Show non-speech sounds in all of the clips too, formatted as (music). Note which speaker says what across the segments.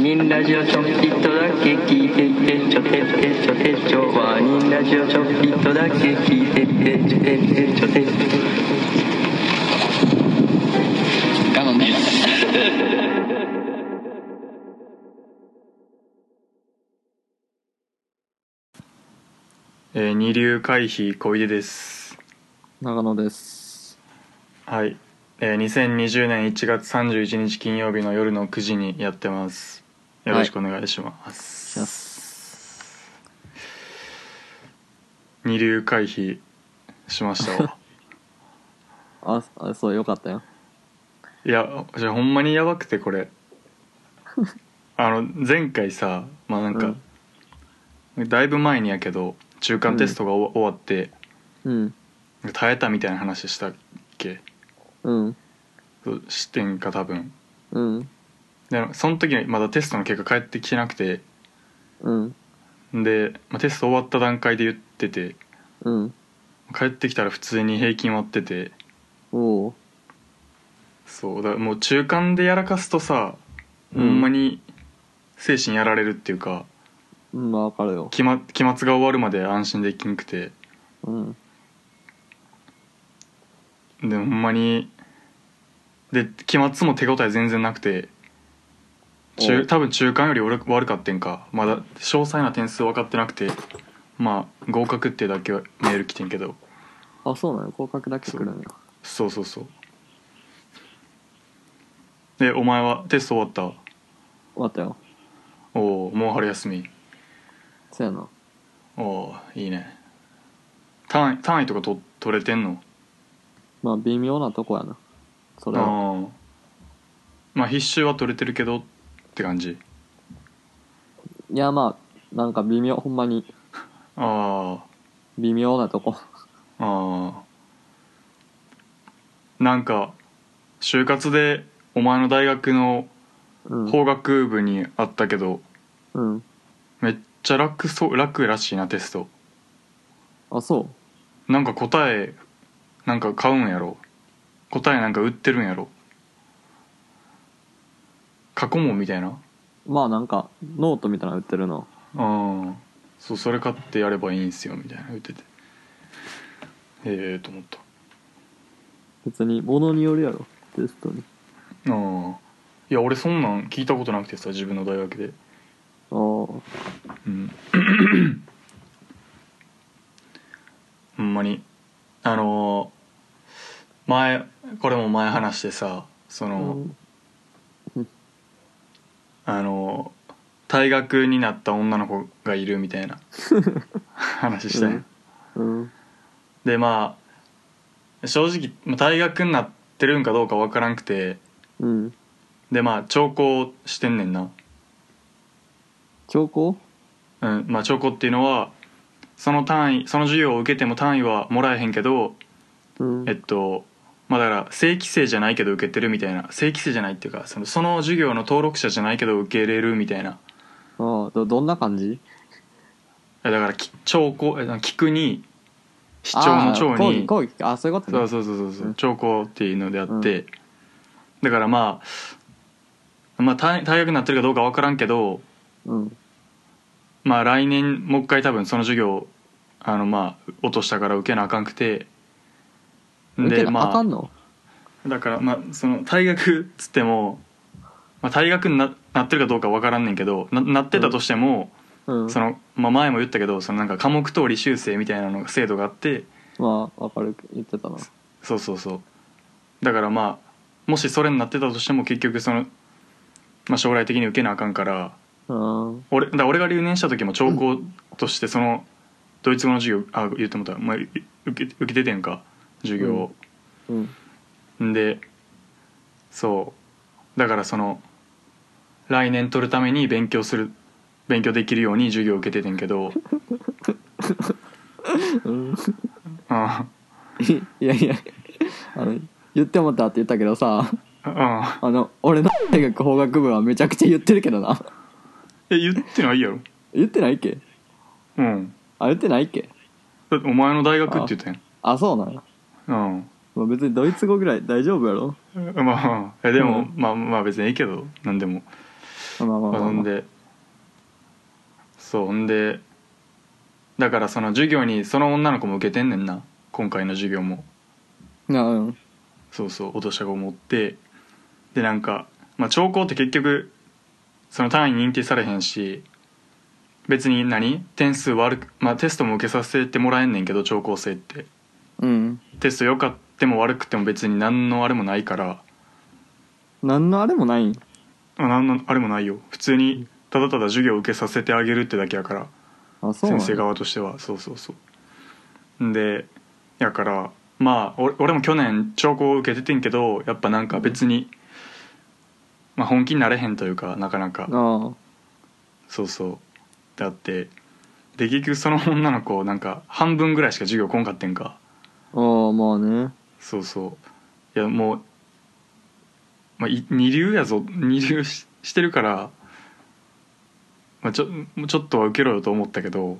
Speaker 1: ニンラジオちょっぴっとだけ聞いてってちょてってちょてちょワニンラジオちょっぴっとだけ聞いてってちょてってちょてっ
Speaker 2: 我慢です
Speaker 3: えー二流回避小出です
Speaker 4: 長野です
Speaker 3: はい、えー、2020年1月31日金曜日の夜の9時にやってますよろしくお願いします、
Speaker 4: しま
Speaker 3: 二流回避しましたわ
Speaker 4: ああそうよかったよ
Speaker 3: いやじゃあほんまにやばくてこれあの前回さまあなんか、だいぶ前にやけど中間テストがお終わって
Speaker 4: うん
Speaker 3: 耐えたみたいな話したっけ
Speaker 4: うん
Speaker 3: そうしてんか多分
Speaker 4: うん
Speaker 3: でその時まだテストの結果返ってきてなくて
Speaker 4: うん
Speaker 3: で、まあ、テスト終わった段階で言ってて
Speaker 4: うん
Speaker 3: 帰ってきたら普通に平均割ってて
Speaker 4: おお
Speaker 3: そうだからもう中間でやらかすとさ、ほんまに精神やられるっていうか
Speaker 4: うんまあわかるよ
Speaker 3: 期末期末が終わるまで安心できんくて
Speaker 4: うん
Speaker 3: でほんまにで期末も手応え全然なくて
Speaker 4: お
Speaker 3: 中
Speaker 4: う
Speaker 3: 多分中間より俺悪かってんかまだ詳細な点数分かってなくてまあ合格ってだけはメール来てんけど
Speaker 4: あそうなの合格だけ来るんや
Speaker 3: そうそうそうでお前はテスト終わった
Speaker 4: 終わったよ
Speaker 3: おおもう春休み
Speaker 4: そうやな
Speaker 3: おおいいね単位単位とかと取れてんの
Speaker 4: まあ微妙なとこやなそれは
Speaker 3: ああまあ必修は取れてるけどって感じ
Speaker 4: いやまあなんか微妙ほんまに
Speaker 3: あ
Speaker 4: 微妙なとこ
Speaker 3: あああなんか就活でお前の大学の
Speaker 4: うん
Speaker 3: 法学部にあったけど、
Speaker 4: うん
Speaker 3: めっちゃ楽そう楽らしいなテスト
Speaker 4: あそ
Speaker 3: なんか答えなんか買うんやろ答えなんか売ってるんやろ過去問みたいな
Speaker 4: うまあなんかノートみたいなの売ってるの
Speaker 3: うんそうそれ買ってやればいいんすよみたいな言っててええと思った
Speaker 4: 別に物によるやろテストに
Speaker 3: ああいや俺そんなん聞いたことなくてさ自分の大学で
Speaker 4: ああ
Speaker 3: うんほんまにあのー前これも前話してさその、
Speaker 4: うん
Speaker 3: あの退学になった女の子がいるみ
Speaker 4: (laughs)
Speaker 3: たいな話したんや、
Speaker 4: うんうん
Speaker 3: でまあ正直まあ退学になってるんかどうかわからんくて
Speaker 4: うん
Speaker 3: でまあ聴講してんねんな、
Speaker 4: 兆候
Speaker 3: うんまあ、聴講っていうのはその単位その授業を受けても単位はもらえへんけど
Speaker 4: うん
Speaker 3: えっとまあだから正規生じゃないけど受けてるみたいな正規生じゃないっていうかそのその授業の登録者じゃないけど受け入れるみたいな
Speaker 4: ああどどんな感じ
Speaker 3: えだからき聴講え聞くに視聴の聴
Speaker 4: あー
Speaker 3: に
Speaker 4: 講義講義あそういうことね
Speaker 3: そうそうそうそうそううん兆候っていうのであって、だからまあまあ退退学になってるかどうか分からんけど
Speaker 4: うん
Speaker 3: まあ来年もう一回多分その授業あのまあ落としたから受けなあかんくて
Speaker 4: 受け
Speaker 3: で
Speaker 4: なあ
Speaker 3: ま
Speaker 4: か
Speaker 3: あ
Speaker 4: んの
Speaker 3: だからまあその退学っつっても、まあ、退学にななってるかどうか分からんねんけどななってたとしても、
Speaker 4: うん
Speaker 3: その、まあ、前も言ったけどそのなんか科目通り修正みたいなのが制度があって
Speaker 4: まあわかる言ってたな
Speaker 3: そうそうそうだからまあもしそれになってたとしても結局その、まあ、将来的に受けなあかんから
Speaker 4: うん
Speaker 3: 俺だから俺が留年した時も聴講としてそのドイツ語の授業あ言ってもうた、まあ、い受け受けててんか授業を、
Speaker 4: うん
Speaker 3: ん、でそうだからその来年取るために勉強する勉強できるように授業を受けててん
Speaker 4: (laughs)
Speaker 3: けど
Speaker 4: うん
Speaker 3: うん
Speaker 4: (laughs) いやいやあの言ってもったって言ったけどさ
Speaker 3: うん
Speaker 4: あの俺の大学法学部はめちゃくちゃ言ってるけどな
Speaker 3: え言ってないやろ
Speaker 4: 言ってないっけ
Speaker 3: うん
Speaker 4: あ言ってないっけ
Speaker 3: だってお前の大学って言ったやん
Speaker 4: あそうなんや
Speaker 3: うん
Speaker 4: まあ別にドイツ語ぐらい大丈夫やろ
Speaker 3: まあまあえでも、
Speaker 4: うん
Speaker 3: まあまあ別にいいけど何でも
Speaker 4: まあまあまあまあ
Speaker 3: ほんでそうほんでだからその授業にその女の子も受けてんねんな今回の授業も
Speaker 4: なうん
Speaker 3: そうそう落とし子を持ってでなんか、まあ、聴講って結局その単位認定されへんし別に何点数悪く、まあ、テストも受けさせてもらえんねんけど聴講生って
Speaker 4: うん
Speaker 3: テスト良かっても悪くても別に何のあれもないから
Speaker 4: 何のあれもないん
Speaker 3: あ何のあれもないよ普通にただただ授業を受けさせてあげるってだけやから
Speaker 4: あそうなん
Speaker 3: 先
Speaker 4: や
Speaker 3: 生側としてはそうそうそうんでやからまあお俺も去年聴講を受けててんけどやっぱなんか別に、まあ、本気になれへんというかなかなか
Speaker 4: あ
Speaker 3: そうそうだってで結局その女の子なんか半分ぐらいしか授業来んかってんか
Speaker 4: あああまあね
Speaker 3: そうそういやもう、まあ、い二流やぞ二流ししてるから、まあ、ちょちょっとは受けろよと思ったけど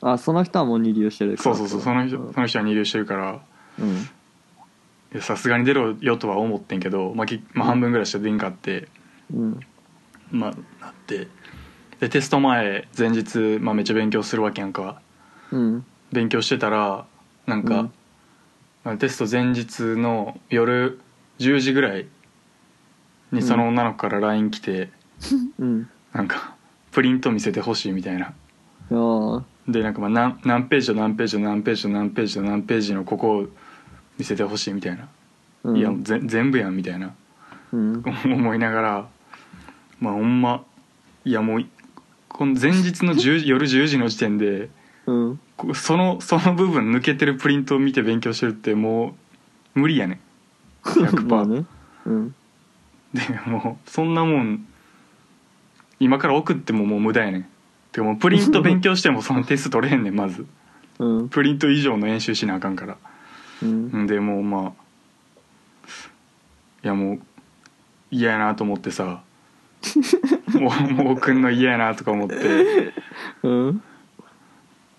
Speaker 4: あその人はもう二流してるか
Speaker 3: そ
Speaker 4: ら
Speaker 3: うそうそうその人その人は二流してるから
Speaker 4: うん
Speaker 3: いやさすがに出ろよとは思ってんけど、まあきまあ、半分ぐらいしか出んかって、
Speaker 4: うん
Speaker 3: まあ、なってでテスト前前日、まあ、めっちゃ勉強するわけやんか
Speaker 4: うん
Speaker 3: 勉強してたらなんか、
Speaker 4: うん
Speaker 3: まあテスト前日の夜10時ぐらいにその女の子から LINE 来て、
Speaker 4: うん
Speaker 3: なんかプリント見せてほしいみたいな
Speaker 4: あ
Speaker 3: でなんかまあ何何ページと何ページと何ページと何ページと何ページのここを見せてほしいみたいな、
Speaker 4: あうん
Speaker 3: いやもうぜ全部やんみたいな
Speaker 4: うん
Speaker 3: (laughs) 思いながらまあほんまいやもういこの前日の10夜10時の (laughs) 時点で
Speaker 4: うん
Speaker 3: こそのその部分抜けてるプリントを見て勉強してるってもう無理やねん
Speaker 4: (laughs)
Speaker 3: 100%
Speaker 4: まあねうん
Speaker 3: (laughs) でもうそんなもん今から送ってももう無駄やねんてかもうプリント勉強してもその点数取れへんねんまず
Speaker 4: うん
Speaker 3: プリント以上の演習しなあかんから
Speaker 4: うん
Speaker 3: んでもうまあいやもう嫌やなと思ってさもうもう送んの嫌やなとか思って
Speaker 4: うん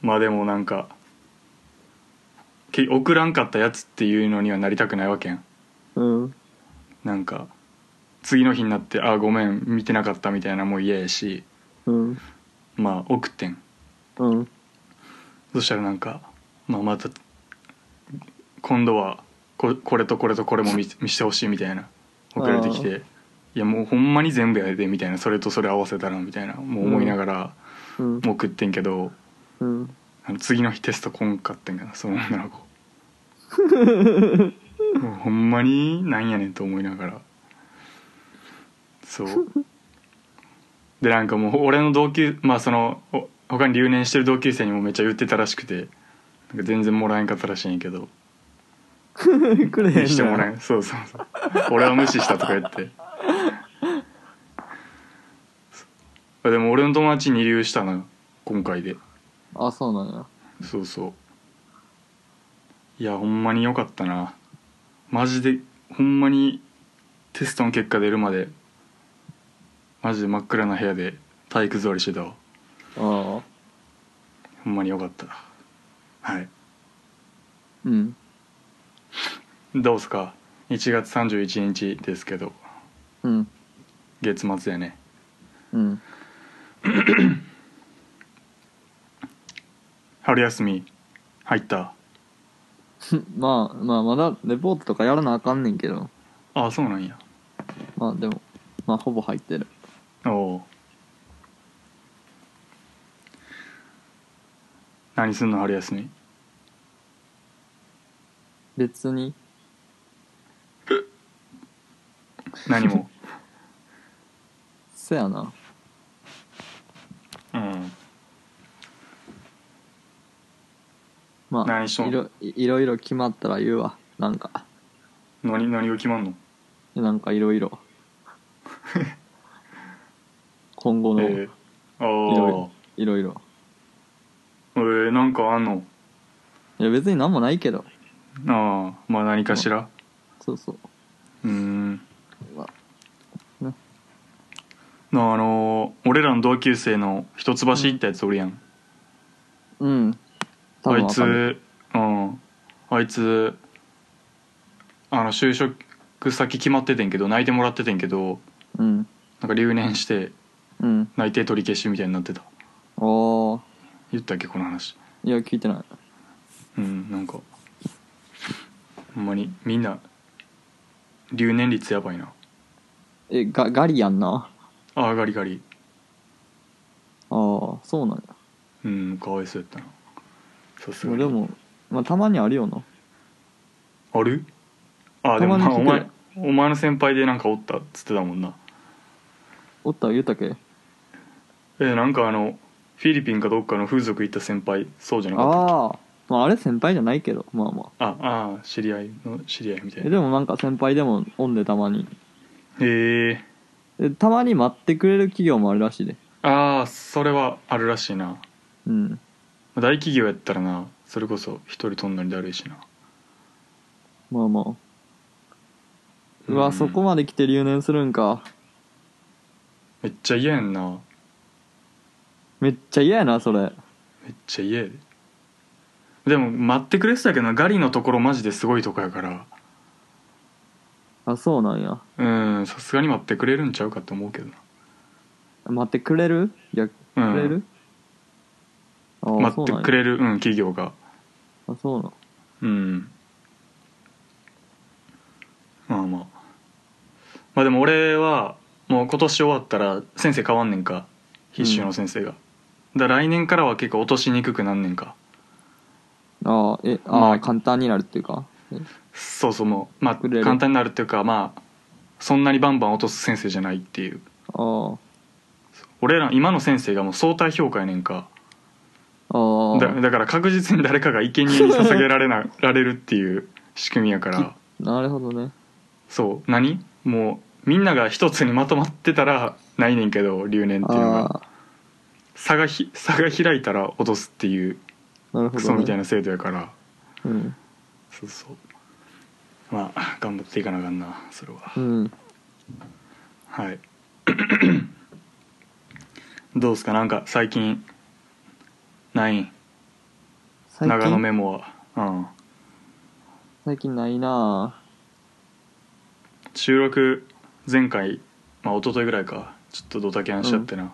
Speaker 3: まあでもなんかけ送らんかったやつっていうのにはなりたくないわけやん
Speaker 4: うん
Speaker 3: なんか次の日になって「あーごめん見てなかった」みたいなもう嫌やし
Speaker 4: うん
Speaker 3: まあ送ってん
Speaker 4: うん
Speaker 3: そしたらなんか、まあ、また今度はここれとこれとこれも見せ見してほしいみたいな送られてき
Speaker 4: あ
Speaker 3: て「いやもうほんまに全部やで」みたいな「それとそれ合わせたら」みたいなもう思いながら、
Speaker 4: うん
Speaker 3: もう送ってんけど
Speaker 4: うん
Speaker 3: あの次の日テスト来んかってんかなその女の子もうほんまになんやねんと思いながらそうでなんかもう俺の同級まあそのお他に留年してる同級生にもめっちゃ言ってたらしくてなんか全然もらえんかったらしいんやけど
Speaker 4: くれへん
Speaker 3: してもらえんそうそうそう俺は無視したとか言ってそうでも俺の友達に留したな今回で
Speaker 4: あそうなんや
Speaker 3: そうそういやほんまに良かったなマジでほんまにテストの結果出るまでマジで真っ暗な部屋で体育座りしてたわ
Speaker 4: ああ
Speaker 3: ほんまに良かったはい
Speaker 4: うん
Speaker 3: どうすか1月31日ですけど
Speaker 4: うん
Speaker 3: 月末やね
Speaker 4: うん
Speaker 3: 春休み入った
Speaker 4: まあまあまだレポートとかやらなあかんねんけど
Speaker 3: ああそうなんや
Speaker 4: まあでもまあほぼ入ってる
Speaker 3: おお何すんの春休み
Speaker 4: 別に
Speaker 3: 何も
Speaker 4: せやな
Speaker 3: うん
Speaker 4: まあ
Speaker 3: 何しとん
Speaker 4: いろいろいろ決まったら言うわなんか
Speaker 3: 何何が決まんの
Speaker 4: なんかいろい
Speaker 3: (laughs)
Speaker 4: ろ今後のい
Speaker 3: えー、あ
Speaker 4: ろいろいろ
Speaker 3: あえー、なんかあんの
Speaker 4: いや別に何もないけど
Speaker 3: ああまあ何かしら
Speaker 4: そうそう
Speaker 3: うーん
Speaker 4: まあ
Speaker 3: なあのー俺らの同級生の一橋行ったやつおるやん、
Speaker 4: うん多
Speaker 3: あ
Speaker 4: 分
Speaker 3: い
Speaker 4: わかる
Speaker 3: つうんあいつあの就職先決まっててんけど泣いてもらっててんけど
Speaker 4: うん
Speaker 3: なんか留年して
Speaker 4: うん
Speaker 3: 内定取り消しみたいになってた
Speaker 4: おー
Speaker 3: 言ったっけこの話
Speaker 4: いや聞いてない
Speaker 3: うんなんかほんまにみんな留年率やばいな
Speaker 4: えガガリやんな
Speaker 3: ああガリガリ
Speaker 4: ああそうなんだ
Speaker 3: うんかわいそうやったなさすがに
Speaker 4: 俺もまあたまにあるよな
Speaker 3: あるあでも
Speaker 4: た
Speaker 3: ま
Speaker 4: ま
Speaker 3: あ
Speaker 4: に聞
Speaker 3: お
Speaker 4: く
Speaker 3: 前お前の先輩でなんかおったっつってたもんな
Speaker 4: おった言うたっけ
Speaker 3: えなんかあのフィリピンかどっかの風俗行った先輩そうじゃなかったっ
Speaker 4: ああまああれ先輩じゃないけどまあまあ
Speaker 3: けあああ知り合いの知り合いみたい
Speaker 4: え
Speaker 3: な
Speaker 4: でもなんか先輩でもおんでたまに
Speaker 3: へえ
Speaker 4: でたまに待ってくれる企業もあるらしいで
Speaker 3: ああそれはあるらしいな
Speaker 4: うん
Speaker 3: 大企業やったらなそれこそ一人飛んだりだるいしな
Speaker 4: まあまあう
Speaker 3: う
Speaker 4: わ
Speaker 3: ん
Speaker 4: そこまで来て留年するんか
Speaker 3: めっちゃ嫌やんな
Speaker 4: めっちゃ嫌やなそれ
Speaker 3: めっちゃ嫌やででも待ってくれてたけどなガリのところマジですごいとこやから
Speaker 4: あそうなんや
Speaker 3: うんさすがに待ってくれるんちゃうかと思うけどな
Speaker 4: 待ってくれるいやく
Speaker 3: うん
Speaker 4: れる、ああ
Speaker 3: 待ってくれるうん企業が
Speaker 4: そうなんやあそうなん
Speaker 3: うんまあまあまあでも俺はもう今年終わったら先生変わんねんか必修の先生が、だから来年からは結構落としにくくなんねんか
Speaker 4: ああえああ、
Speaker 3: まあ
Speaker 4: 簡単になるっていうかえ
Speaker 3: そうそうもうまあ
Speaker 4: くれる
Speaker 3: 簡単になるっていうかまあそんなにバンバン落とす先生じゃないっていう
Speaker 4: あ
Speaker 3: 俺ら今の先生がもう相対評価やねんか
Speaker 4: あああ
Speaker 3: だだから確実に誰かが生贄に捧げられなられるっていう仕組みやから
Speaker 4: なるほどね
Speaker 3: そう何もうみんなが一つにまとまってたらないねんけど留年っていうの
Speaker 4: あ
Speaker 3: が
Speaker 4: あ
Speaker 3: 差がひ差が開いたら落とすっていう
Speaker 4: なるほ
Speaker 3: ク
Speaker 4: ど、
Speaker 3: ソ
Speaker 4: ね、
Speaker 3: みたいな制度やから
Speaker 4: うん、
Speaker 3: そうそうまあ頑張っていかなあかんなそれは
Speaker 4: うん、
Speaker 3: はい (clears throat) どうですかなんか最近ない
Speaker 4: 最
Speaker 3: 長野メ
Speaker 4: 近
Speaker 3: モはうん
Speaker 4: 最近ないな
Speaker 3: 収録前回まあ一昨日ぐらいかちょっとドタキャンしちゃってな、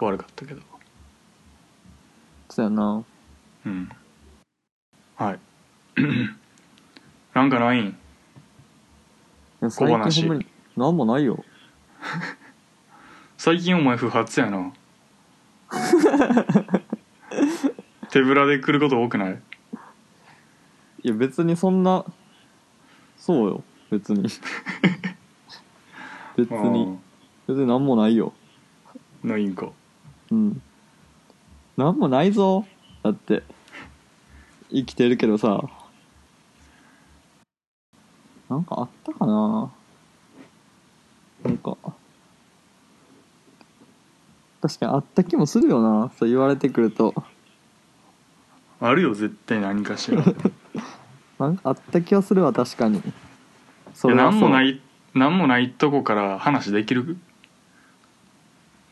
Speaker 3: 悪かったけど
Speaker 4: そうやな
Speaker 3: うん
Speaker 4: (laughs)
Speaker 3: はいなんかないん
Speaker 4: いや
Speaker 3: 小
Speaker 4: 最
Speaker 3: 話
Speaker 4: 近ほんまに何もないよ
Speaker 3: 最近お前不発や
Speaker 4: (laughs)
Speaker 3: な手ぶらで来ること多くない
Speaker 4: いや別にそんなそうよ別
Speaker 3: (laughs)
Speaker 4: に別に別に何もないよ
Speaker 3: うんのインコ
Speaker 4: うん何もないぞだって生きてるけどさなんかあったかななんか確かにあった気もするよなそう言われてくると
Speaker 3: あるよ絶対何かし
Speaker 4: (laughs)
Speaker 3: ら
Speaker 4: なんかあった気はするわ確かにそ
Speaker 3: いや何もないい何もないとこから話できる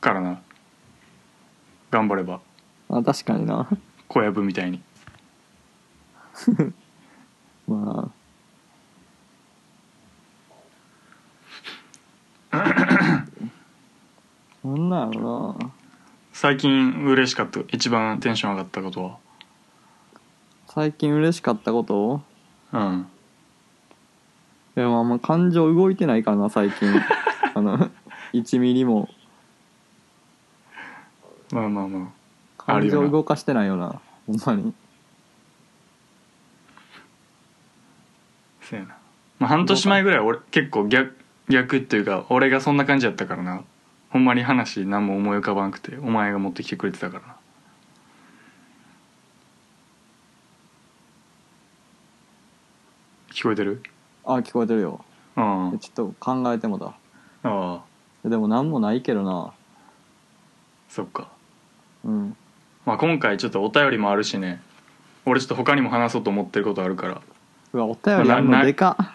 Speaker 3: からな頑張れば
Speaker 4: あ確かにな
Speaker 3: 小籔みたいに
Speaker 4: まあなんだろうな
Speaker 3: 最近嬉しかった一番テンション上がったこと
Speaker 4: 最近嬉しかったこと
Speaker 3: はうん
Speaker 4: でもあんま感情動いてないからな最
Speaker 3: (laughs)
Speaker 4: 近あの1ミリも
Speaker 3: まあまあま
Speaker 4: 感
Speaker 3: あるよな
Speaker 4: 情動かしてないよなほんまに
Speaker 3: あそうやな、まあ、半年前ぐらい俺結構逆逆っていうか俺がそんな感じやったからなほんまに話何も思い浮かばなくてお前が持ってきてくれてたからな聞こえてる
Speaker 4: あ聞こえてるよ
Speaker 3: うんあ
Speaker 4: ちょっと考えてもだ
Speaker 3: あ
Speaker 4: でも何もないけどな
Speaker 3: そっか
Speaker 4: うん
Speaker 3: まあ今回ちょっとお便りもあるしね俺ちょっと他にも話そうと思ってることあるから
Speaker 4: うわお便りある
Speaker 3: なな
Speaker 4: のでかっ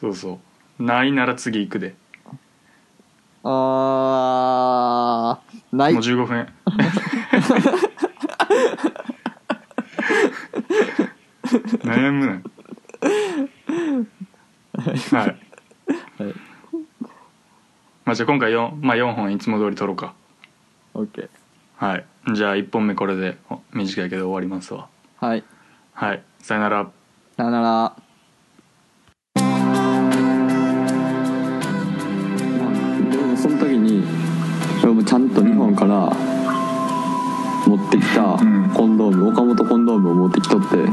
Speaker 3: そうそうないなら次行くで
Speaker 4: あーない
Speaker 3: もう15分悩むなはい、
Speaker 4: はい
Speaker 3: まあまあ、じゃあ今回 4,、まあ、4本いつも通り撮ろうか
Speaker 4: オッケー
Speaker 3: はいじゃあ1本目これでお短いけど終わりますわ
Speaker 4: はい
Speaker 3: はいさよなら
Speaker 4: さよならでもその時に俺もちゃんと日本から持ってきた
Speaker 3: ん
Speaker 4: コンドーム、岡本コンドームを持ってきとって
Speaker 3: う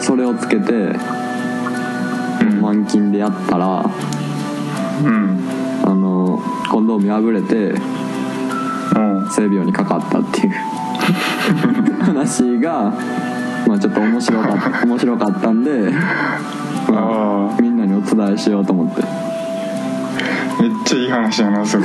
Speaker 4: それをつけて満勤でやったら
Speaker 3: うん
Speaker 4: あのコンドーム破れて
Speaker 3: うん
Speaker 4: 性病にかかった (laughs) っていう話が、まあ、ちょっと面白かった面白かったんで、ま
Speaker 3: あ
Speaker 4: あ、みんなにお伝えしようと思って
Speaker 3: あめっちゃいい話やなそれ